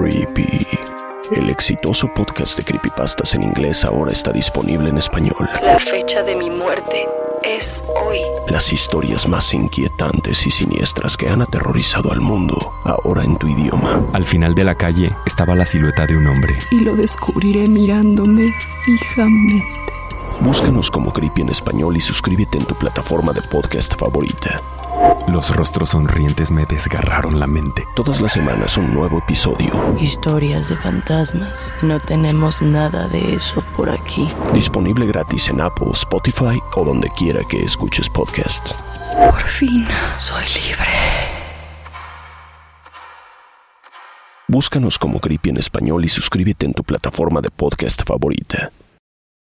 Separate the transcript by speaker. Speaker 1: Creepy. El exitoso podcast de creepypastas en inglés ahora está disponible en español.
Speaker 2: La fecha de mi muerte es hoy.
Speaker 1: Las historias más inquietantes y siniestras que han aterrorizado al mundo, ahora en tu idioma.
Speaker 3: Al final de la calle estaba la silueta de un hombre.
Speaker 4: Y lo descubriré mirándome fijamente.
Speaker 1: Búscanos como Creepy en español y suscríbete en tu plataforma de podcast favorita.
Speaker 3: Los rostros sonrientes me desgarraron la mente.
Speaker 1: Todas las semanas un nuevo episodio.
Speaker 5: Historias de fantasmas. No tenemos nada de eso por aquí.
Speaker 1: Disponible gratis en Apple, Spotify o donde quiera que escuches podcasts.
Speaker 4: Por fin soy libre.
Speaker 1: Búscanos como Creepy en español y suscríbete en tu plataforma de podcast favorita.